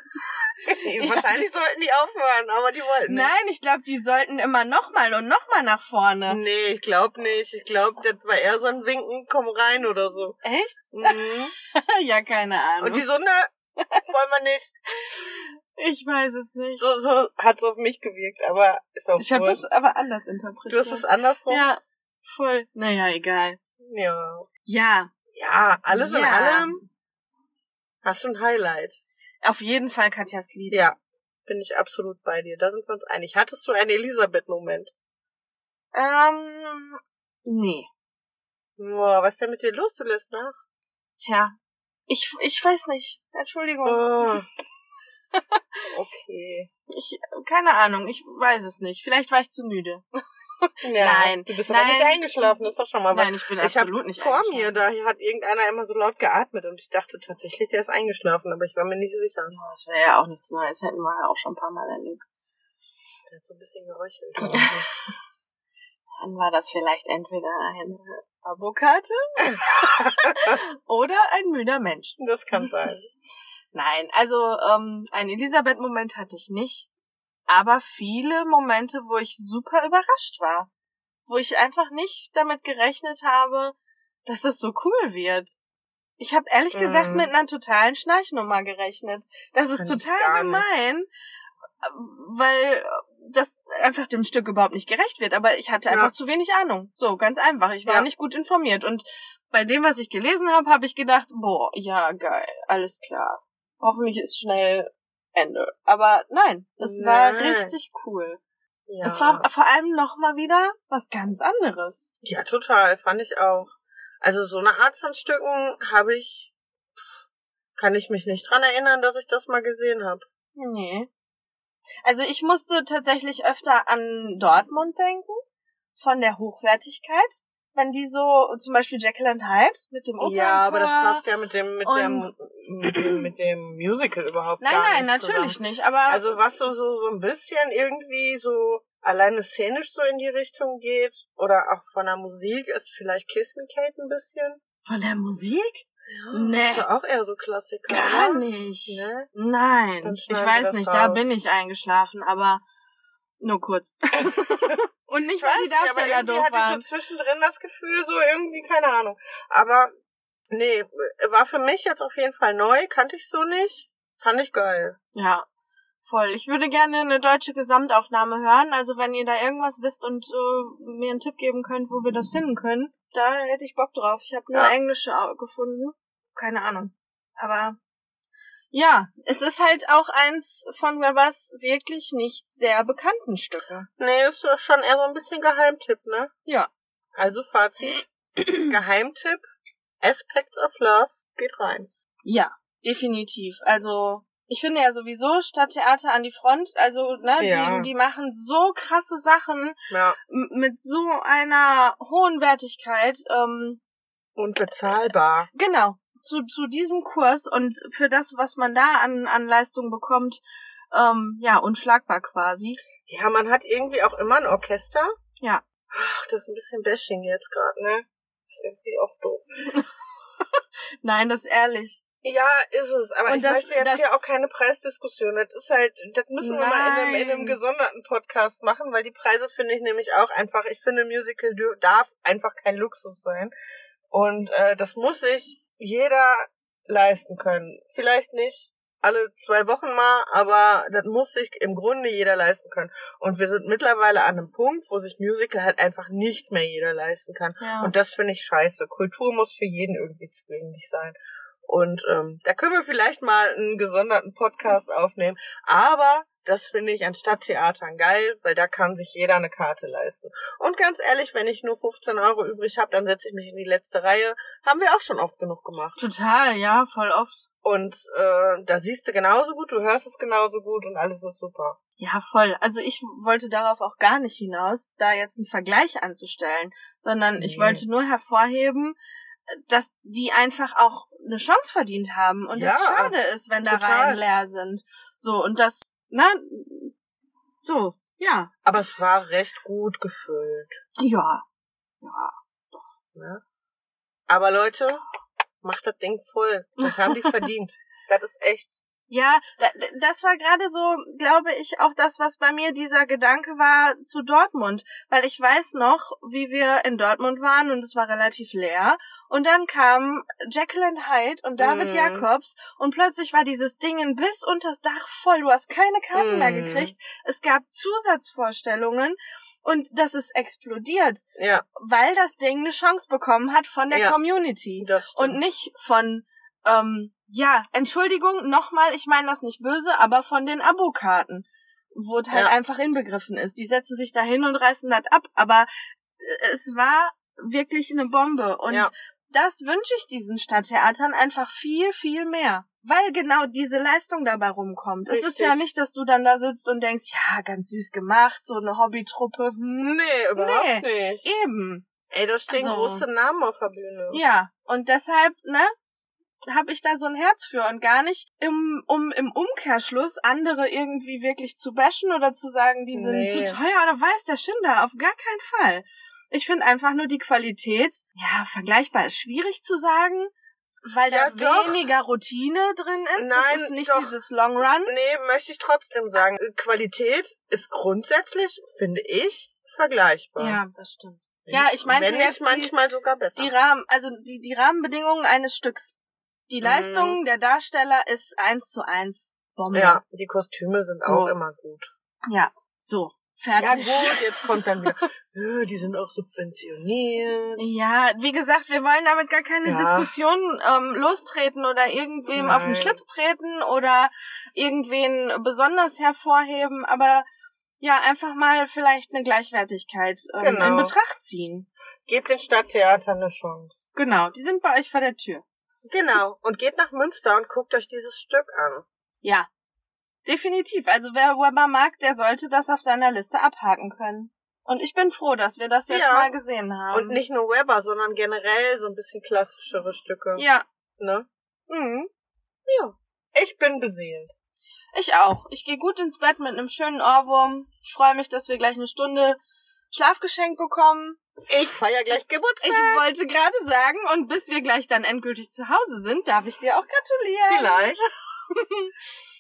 [SPEAKER 2] Wahrscheinlich sollten die aufhören, aber die wollten nicht.
[SPEAKER 1] Nein, ich glaube, die sollten immer nochmal und nochmal nach vorne.
[SPEAKER 2] Nee, ich glaube nicht. Ich glaube, das war eher so ein Winken, komm rein oder so.
[SPEAKER 1] Echt?
[SPEAKER 2] Mhm.
[SPEAKER 1] ja, keine Ahnung.
[SPEAKER 2] Und die so, ne, wollen wir nicht.
[SPEAKER 1] ich weiß es nicht.
[SPEAKER 2] So, so hat's auf mich gewirkt, aber ist auch
[SPEAKER 1] Ich habe
[SPEAKER 2] wurscht.
[SPEAKER 1] das aber anders interpretiert.
[SPEAKER 2] Du hast es andersrum?
[SPEAKER 1] Ja, voll. Naja, egal.
[SPEAKER 2] Ja.
[SPEAKER 1] Ja,
[SPEAKER 2] Ja, alles in
[SPEAKER 1] Ja.
[SPEAKER 2] allem hast du ein Highlight.
[SPEAKER 1] auf jeden Fall Katjas Lied.
[SPEAKER 2] Ja, bin ich absolut bei dir. Da sind wir uns einig. Hattest du einen Elisabeth-Moment?
[SPEAKER 1] Ähm, nee.
[SPEAKER 2] Boah, was ist denn mit dir los? Du lässt nach.
[SPEAKER 1] Tja, ich, ich weiß nicht. Entschuldigung.
[SPEAKER 2] Oh. Okay.
[SPEAKER 1] Ich, keine Ahnung, ich weiß es nicht. Vielleicht war ich zu müde.
[SPEAKER 2] Ja,
[SPEAKER 1] Nein,
[SPEAKER 2] Du bist aber
[SPEAKER 1] nein.
[SPEAKER 2] nicht eingeschlafen, das ist doch schon mal was.
[SPEAKER 1] Nein, ich bin
[SPEAKER 2] ich hab
[SPEAKER 1] absolut nicht
[SPEAKER 2] Vor mir,
[SPEAKER 1] eingeschlafen.
[SPEAKER 2] da hat irgendeiner immer so laut geatmet und ich dachte tatsächlich, der ist eingeschlafen, aber ich war mir nicht sicher.
[SPEAKER 1] Oh, Das wäre ja auch nichts Neues, hätten wir ja auch schon ein paar Mal erlebt.
[SPEAKER 2] Der hat so ein bisschen geröchelt.
[SPEAKER 1] Dann war das vielleicht entweder eine Abokarte oder ein müder Mensch.
[SPEAKER 2] das kann sein.
[SPEAKER 1] Nein, also ähm, einen Elisabeth-Moment hatte ich nicht, aber viele Momente, wo ich super überrascht war, wo ich einfach nicht damit gerechnet habe, dass das so cool wird. Ich habe ehrlich
[SPEAKER 2] Mhm.
[SPEAKER 1] gesagt mit einer totalen Schnarchnummer gerechnet. Das ist
[SPEAKER 2] Kann ich
[SPEAKER 1] total
[SPEAKER 2] gar
[SPEAKER 1] gemein, äh, weil äh, das einfach dem Stück überhaupt nicht gerecht wird. Aber ich hatte
[SPEAKER 2] Ja.
[SPEAKER 1] einfach zu wenig Ahnung. So, ganz einfach. Ich war
[SPEAKER 2] Ja.
[SPEAKER 1] nicht gut informiert. Und bei dem, was ich gelesen habe, habe ich gedacht, boah, ja, geil, alles klar. Hoffentlich ist schnell Ende. Aber nein, es war
[SPEAKER 2] Nein.
[SPEAKER 1] richtig cool.
[SPEAKER 2] Ja.
[SPEAKER 1] Es war vor allem nochmal wieder was ganz anderes.
[SPEAKER 2] ja, total, fand ich auch. Also so eine Art von Stücken habe ich, pff, kann ich mich nicht dran erinnern, dass ich das mal gesehen habe.
[SPEAKER 1] Nee. Also ich musste tatsächlich öfter an Dortmund denken, von der Hochwertigkeit. Wenn die so, zum Beispiel Jekyll and Hyde mit dem Opernchor.
[SPEAKER 2] Ja, aber das passt ja mit dem, mit
[SPEAKER 1] und-
[SPEAKER 2] dem, mit dem, mit dem Musical überhaupt
[SPEAKER 1] Nein,
[SPEAKER 2] gar
[SPEAKER 1] nein,
[SPEAKER 2] nicht
[SPEAKER 1] natürlich
[SPEAKER 2] zusammen.
[SPEAKER 1] nicht. Aber
[SPEAKER 2] Also was so, so, so ein bisschen irgendwie so alleine szenisch so in die Richtung geht oder auch von der Musik ist vielleicht Kiss Me Kate ein bisschen.
[SPEAKER 1] von der Musik?
[SPEAKER 2] Ja,
[SPEAKER 1] Nee.
[SPEAKER 2] Ist ja auch eher so Klassiker.
[SPEAKER 1] Gar
[SPEAKER 2] oder?
[SPEAKER 1] nicht.
[SPEAKER 2] Ne?
[SPEAKER 1] Nein.
[SPEAKER 2] Dann
[SPEAKER 1] Ich
[SPEAKER 2] schneiden wir
[SPEAKER 1] weiß
[SPEAKER 2] das
[SPEAKER 1] nicht, da
[SPEAKER 2] raus.
[SPEAKER 1] bin ich eingeschlafen, aber nur kurz. Und nicht,
[SPEAKER 2] Ich
[SPEAKER 1] weil
[SPEAKER 2] weiß
[SPEAKER 1] die
[SPEAKER 2] nicht, aber
[SPEAKER 1] Darsteller
[SPEAKER 2] irgendwie
[SPEAKER 1] doof
[SPEAKER 2] hatte
[SPEAKER 1] waren.
[SPEAKER 2] ich so zwischendrin das Gefühl, so irgendwie, keine Ahnung. Aber nee, war für mich jetzt auf jeden Fall neu, kannte ich so nicht. Fand ich geil.
[SPEAKER 1] Ja, voll. Ich würde gerne eine deutsche Gesamtaufnahme hören. Also wenn ihr da irgendwas wisst und äh, mir einen Tipp geben könnt, wo wir das finden können, da hätte ich Bock drauf. Ich habe nur
[SPEAKER 2] Ja.
[SPEAKER 1] englische au- gefunden. Keine Ahnung. Aber ja, es ist halt auch eins von Webers wirklich nicht sehr bekannten Stücke.
[SPEAKER 2] Nee, ist doch schon eher so ein bisschen Geheimtipp, ne?
[SPEAKER 1] Ja.
[SPEAKER 2] Also Fazit. Geheimtipp. Aspects of Love geht rein.
[SPEAKER 1] Ja, definitiv. Also ich finde ja sowieso Stadttheater an die Front. Also ne,
[SPEAKER 2] Ja.
[SPEAKER 1] die, die machen so krasse Sachen.
[SPEAKER 2] Ja.
[SPEAKER 1] m- mit so einer hohen Wertigkeit, ähm,
[SPEAKER 2] Und bezahlbar.
[SPEAKER 1] genau, zu, zu diesem Kurs und für das, was man da an, an Leistung bekommt, ähm, ja, unschlagbar quasi.
[SPEAKER 2] Ja, man hat irgendwie auch immer ein Orchester.
[SPEAKER 1] Ja.
[SPEAKER 2] Ach, das ist ein bisschen Bashing jetzt gerade, ne? Ist irgendwie auch doof.
[SPEAKER 1] Nein, das ist ehrlich.
[SPEAKER 2] Ja, ist es. Aber
[SPEAKER 1] Und
[SPEAKER 2] ich
[SPEAKER 1] das-
[SPEAKER 2] möchte jetzt
[SPEAKER 1] das-
[SPEAKER 2] hier auch keine Preisdiskussion. Das ist halt, das müssen wir mal in einem, in einem
[SPEAKER 1] Nein.
[SPEAKER 2] gesonderten Podcast machen, weil die Preise finde ich nämlich auch einfach, ich finde Musical dür- darf einfach kein Luxus sein. Und äh, das muss sich jeder leisten können. Vielleicht nicht alle zwei Wochen mal, aber das muss sich im Grunde jeder leisten können. Und wir sind mittlerweile an einem Punkt, wo sich Musical halt einfach nicht mehr jeder leisten kann.
[SPEAKER 1] Ja.
[SPEAKER 2] Und das finde ich scheiße. Kultur muss für jeden irgendwie zugänglich sein. Und ähm, da können wir vielleicht mal einen gesonderten Podcast aufnehmen. Aber das finde ich an Stadttheatern geil, weil da kann sich jeder eine Karte leisten. Und ganz ehrlich, wenn ich nur 15 Euro übrig habe, dann setze ich mich in die letzte Reihe. Haben wir auch schon oft genug gemacht.
[SPEAKER 1] Total, ja, voll oft.
[SPEAKER 2] Und äh, da siehst du genauso gut, du hörst es genauso gut und alles ist super.
[SPEAKER 1] Ja, voll. Also ich wollte darauf auch gar nicht hinaus, da jetzt einen Vergleich anzustellen, sondern ich
[SPEAKER 2] Nee.
[SPEAKER 1] wollte nur hervorheben, dass die einfach auch eine Chance verdient haben und
[SPEAKER 2] Ja,
[SPEAKER 1] es schade ist, wenn da
[SPEAKER 2] total.
[SPEAKER 1] Reihen leer sind. So, und das, na, so, ja,
[SPEAKER 2] Aber es war recht gut gefüllt.
[SPEAKER 1] ja, ja.
[SPEAKER 2] Ne? Aber Leute, macht das Ding voll. Das haben die verdient. Das ist echt.
[SPEAKER 1] Ja, da- da- das war gerade so, glaube ich, auch das, was bei mir dieser Gedanke war zu Dortmund. Weil ich weiß noch, wie wir in Dortmund waren und es war relativ leer. Und dann kamen Jacqueline Hyde und David
[SPEAKER 2] Mhm.
[SPEAKER 1] Jacobs und plötzlich war dieses Dingen bis unters Dach voll. Du hast keine Karten mehr
[SPEAKER 2] Mhm.
[SPEAKER 1] gekriegt. Es gab Zusatzvorstellungen und das ist explodiert,
[SPEAKER 2] Ja,
[SPEAKER 1] weil das Ding eine Chance bekommen hat von der
[SPEAKER 2] Ja.
[SPEAKER 1] Community
[SPEAKER 2] das stimmt.
[SPEAKER 1] und nicht von ähm, ja Entschuldigung nochmal ich meine das nicht böse aber von den Abokarten wo es halt
[SPEAKER 2] Ja.
[SPEAKER 1] einfach inbegriffen ist die setzen sich dahin und reißen das ab aber äh, es war wirklich eine Bombe und
[SPEAKER 2] Ja.
[SPEAKER 1] das wünsche ich diesen Stadttheatern einfach viel viel mehr weil genau diese Leistung dabei rumkommt es ist
[SPEAKER 2] Richtig.
[SPEAKER 1] ja nicht dass du dann da sitzt und denkst ja ganz süß gemacht so eine Hobbytruppe hm.
[SPEAKER 2] Nee, überhaupt nicht.
[SPEAKER 1] eben
[SPEAKER 2] Ey, da stehen
[SPEAKER 1] Also-
[SPEAKER 2] große Namen auf der Bühne.
[SPEAKER 1] Ja, und deshalb, ne, habe ich da so ein Herz für und gar nicht im, um im Umkehrschluss andere irgendwie wirklich zu bashen oder zu sagen, die sind
[SPEAKER 2] Nee.
[SPEAKER 1] zu teuer oder weiß der Schinder, auf gar keinen Fall. Ich finde einfach nur die Qualität, ja, vergleichbar ist schwierig zu sagen, weil da
[SPEAKER 2] Ja, doch.
[SPEAKER 1] weniger Routine drin ist.
[SPEAKER 2] Nein,
[SPEAKER 1] das ist nicht
[SPEAKER 2] doch.
[SPEAKER 1] dieses Long Run.
[SPEAKER 2] Nee, möchte ich trotzdem sagen. Qualität ist grundsätzlich, finde ich, vergleichbar.
[SPEAKER 1] Ja, das stimmt. ja, ich meinte
[SPEAKER 2] Wenn
[SPEAKER 1] jetzt
[SPEAKER 2] nicht
[SPEAKER 1] die-
[SPEAKER 2] manchmal sogar besser.
[SPEAKER 1] die Rahmen, also die, die Rahmenbedingungen eines Stücks. Die
[SPEAKER 2] Mhm.
[SPEAKER 1] Leistung der Darsteller ist eins zu eins Bombe.
[SPEAKER 2] ja, die Kostüme sind
[SPEAKER 1] So.
[SPEAKER 2] auch immer gut.
[SPEAKER 1] Ja. So.
[SPEAKER 2] Ja
[SPEAKER 1] Fertig.
[SPEAKER 2] gut, jetzt kommt dann wieder, "Äh, die sind auch subventioniert.
[SPEAKER 1] Ja, wie gesagt, wir wollen damit gar keine
[SPEAKER 2] Ja.
[SPEAKER 1] Diskussion ähm, lostreten oder irgendwem auf den
[SPEAKER 2] Nein.
[SPEAKER 1] Schlips treten oder irgendwen besonders hervorheben, aber ja, einfach mal vielleicht eine Gleichwertigkeit ähm,
[SPEAKER 2] Genau.
[SPEAKER 1] in Betracht ziehen.
[SPEAKER 2] Gebt den Stadttheatern eine Chance.
[SPEAKER 1] Genau, die sind bei euch vor der Tür.
[SPEAKER 2] Genau, und geht nach Münster und guckt euch dieses Stück an.
[SPEAKER 1] Ja, definitiv. Also wer Weber mag, der sollte das auf seiner Liste abhaken können. Und ich bin froh, dass wir das jetzt
[SPEAKER 2] Ja.
[SPEAKER 1] mal gesehen haben.
[SPEAKER 2] Und nicht nur Weber, sondern generell so ein bisschen klassischere Stücke.
[SPEAKER 1] Ja.
[SPEAKER 2] Ne?
[SPEAKER 1] Mhm.
[SPEAKER 2] Ja. Ich bin beseelt.
[SPEAKER 1] Ich auch. Ich gehe gut ins Bett mit einem schönen Ohrwurm. Ich freue mich, dass wir gleich eine Stunde Schlaf geschenkt bekommen.
[SPEAKER 2] Ich feier gleich
[SPEAKER 1] Ich
[SPEAKER 2] Geburtstag.
[SPEAKER 1] wollte gerade sagen, und bis wir gleich dann endgültig zu Hause sind, darf ich dir auch gratulieren.
[SPEAKER 2] Vielleicht.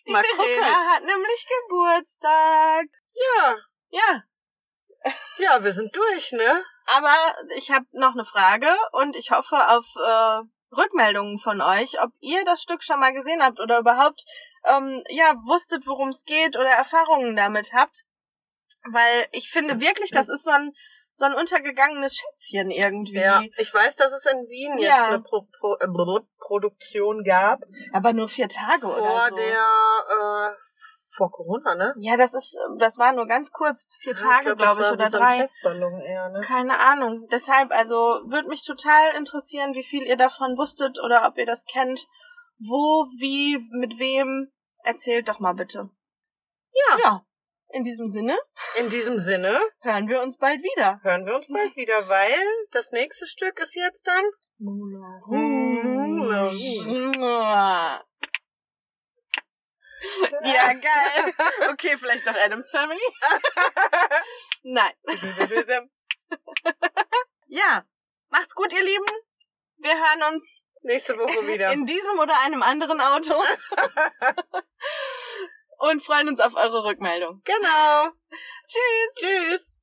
[SPEAKER 1] Die
[SPEAKER 2] Mal gucken.
[SPEAKER 1] Verena hat nämlich Geburtstag.
[SPEAKER 2] Ja.
[SPEAKER 1] Ja,
[SPEAKER 2] Ja, wir sind durch, ne?
[SPEAKER 1] Aber ich habe noch eine Frage und ich hoffe auf äh, Rückmeldungen von euch, ob ihr das Stück schon mal gesehen habt oder überhaupt ähm, ja wusstet, worum es geht oder Erfahrungen damit habt, weil ich finde wirklich, das ist so ein so ein untergegangenes Schätzchen irgendwie.
[SPEAKER 2] Ja. Ich weiß, dass es in Wien jetzt
[SPEAKER 1] Ja.
[SPEAKER 2] eine Pro Pro äh, Brrr- Produktion gab.
[SPEAKER 1] Aber nur vier Tage
[SPEAKER 2] vor
[SPEAKER 1] oder so.
[SPEAKER 2] der, äh, vor Corona, ne?
[SPEAKER 1] ja, das ist das war nur ganz kurz, vier Tage glaube ich,
[SPEAKER 2] das war
[SPEAKER 1] oder
[SPEAKER 2] wie so ein
[SPEAKER 1] drei.
[SPEAKER 2] Testballon eher, ne?
[SPEAKER 1] Keine Ahnung. Deshalb, also, würde mich total interessieren, wie viel ihr davon wusstet oder ob ihr das kennt. Wo, wie, mit wem. Erzählt doch mal bitte.
[SPEAKER 2] Ja.
[SPEAKER 1] Ja. In diesem Sinne
[SPEAKER 2] In diesem Sinne
[SPEAKER 1] hören wir uns bald wieder.
[SPEAKER 2] hören wir uns bald wieder, weil das nächste Stück ist jetzt dann
[SPEAKER 1] Moulin
[SPEAKER 2] Rouge.
[SPEAKER 1] Ja, geil. Okay, vielleicht doch Adams Family. Nein. Ja. Macht's gut, ihr Lieben. Wir hören uns
[SPEAKER 2] nächste Woche wieder.
[SPEAKER 1] in diesem oder einem anderen Auto und freuen uns auf eure Rückmeldung.
[SPEAKER 2] genau.
[SPEAKER 1] Tschüss!
[SPEAKER 2] Tschüss.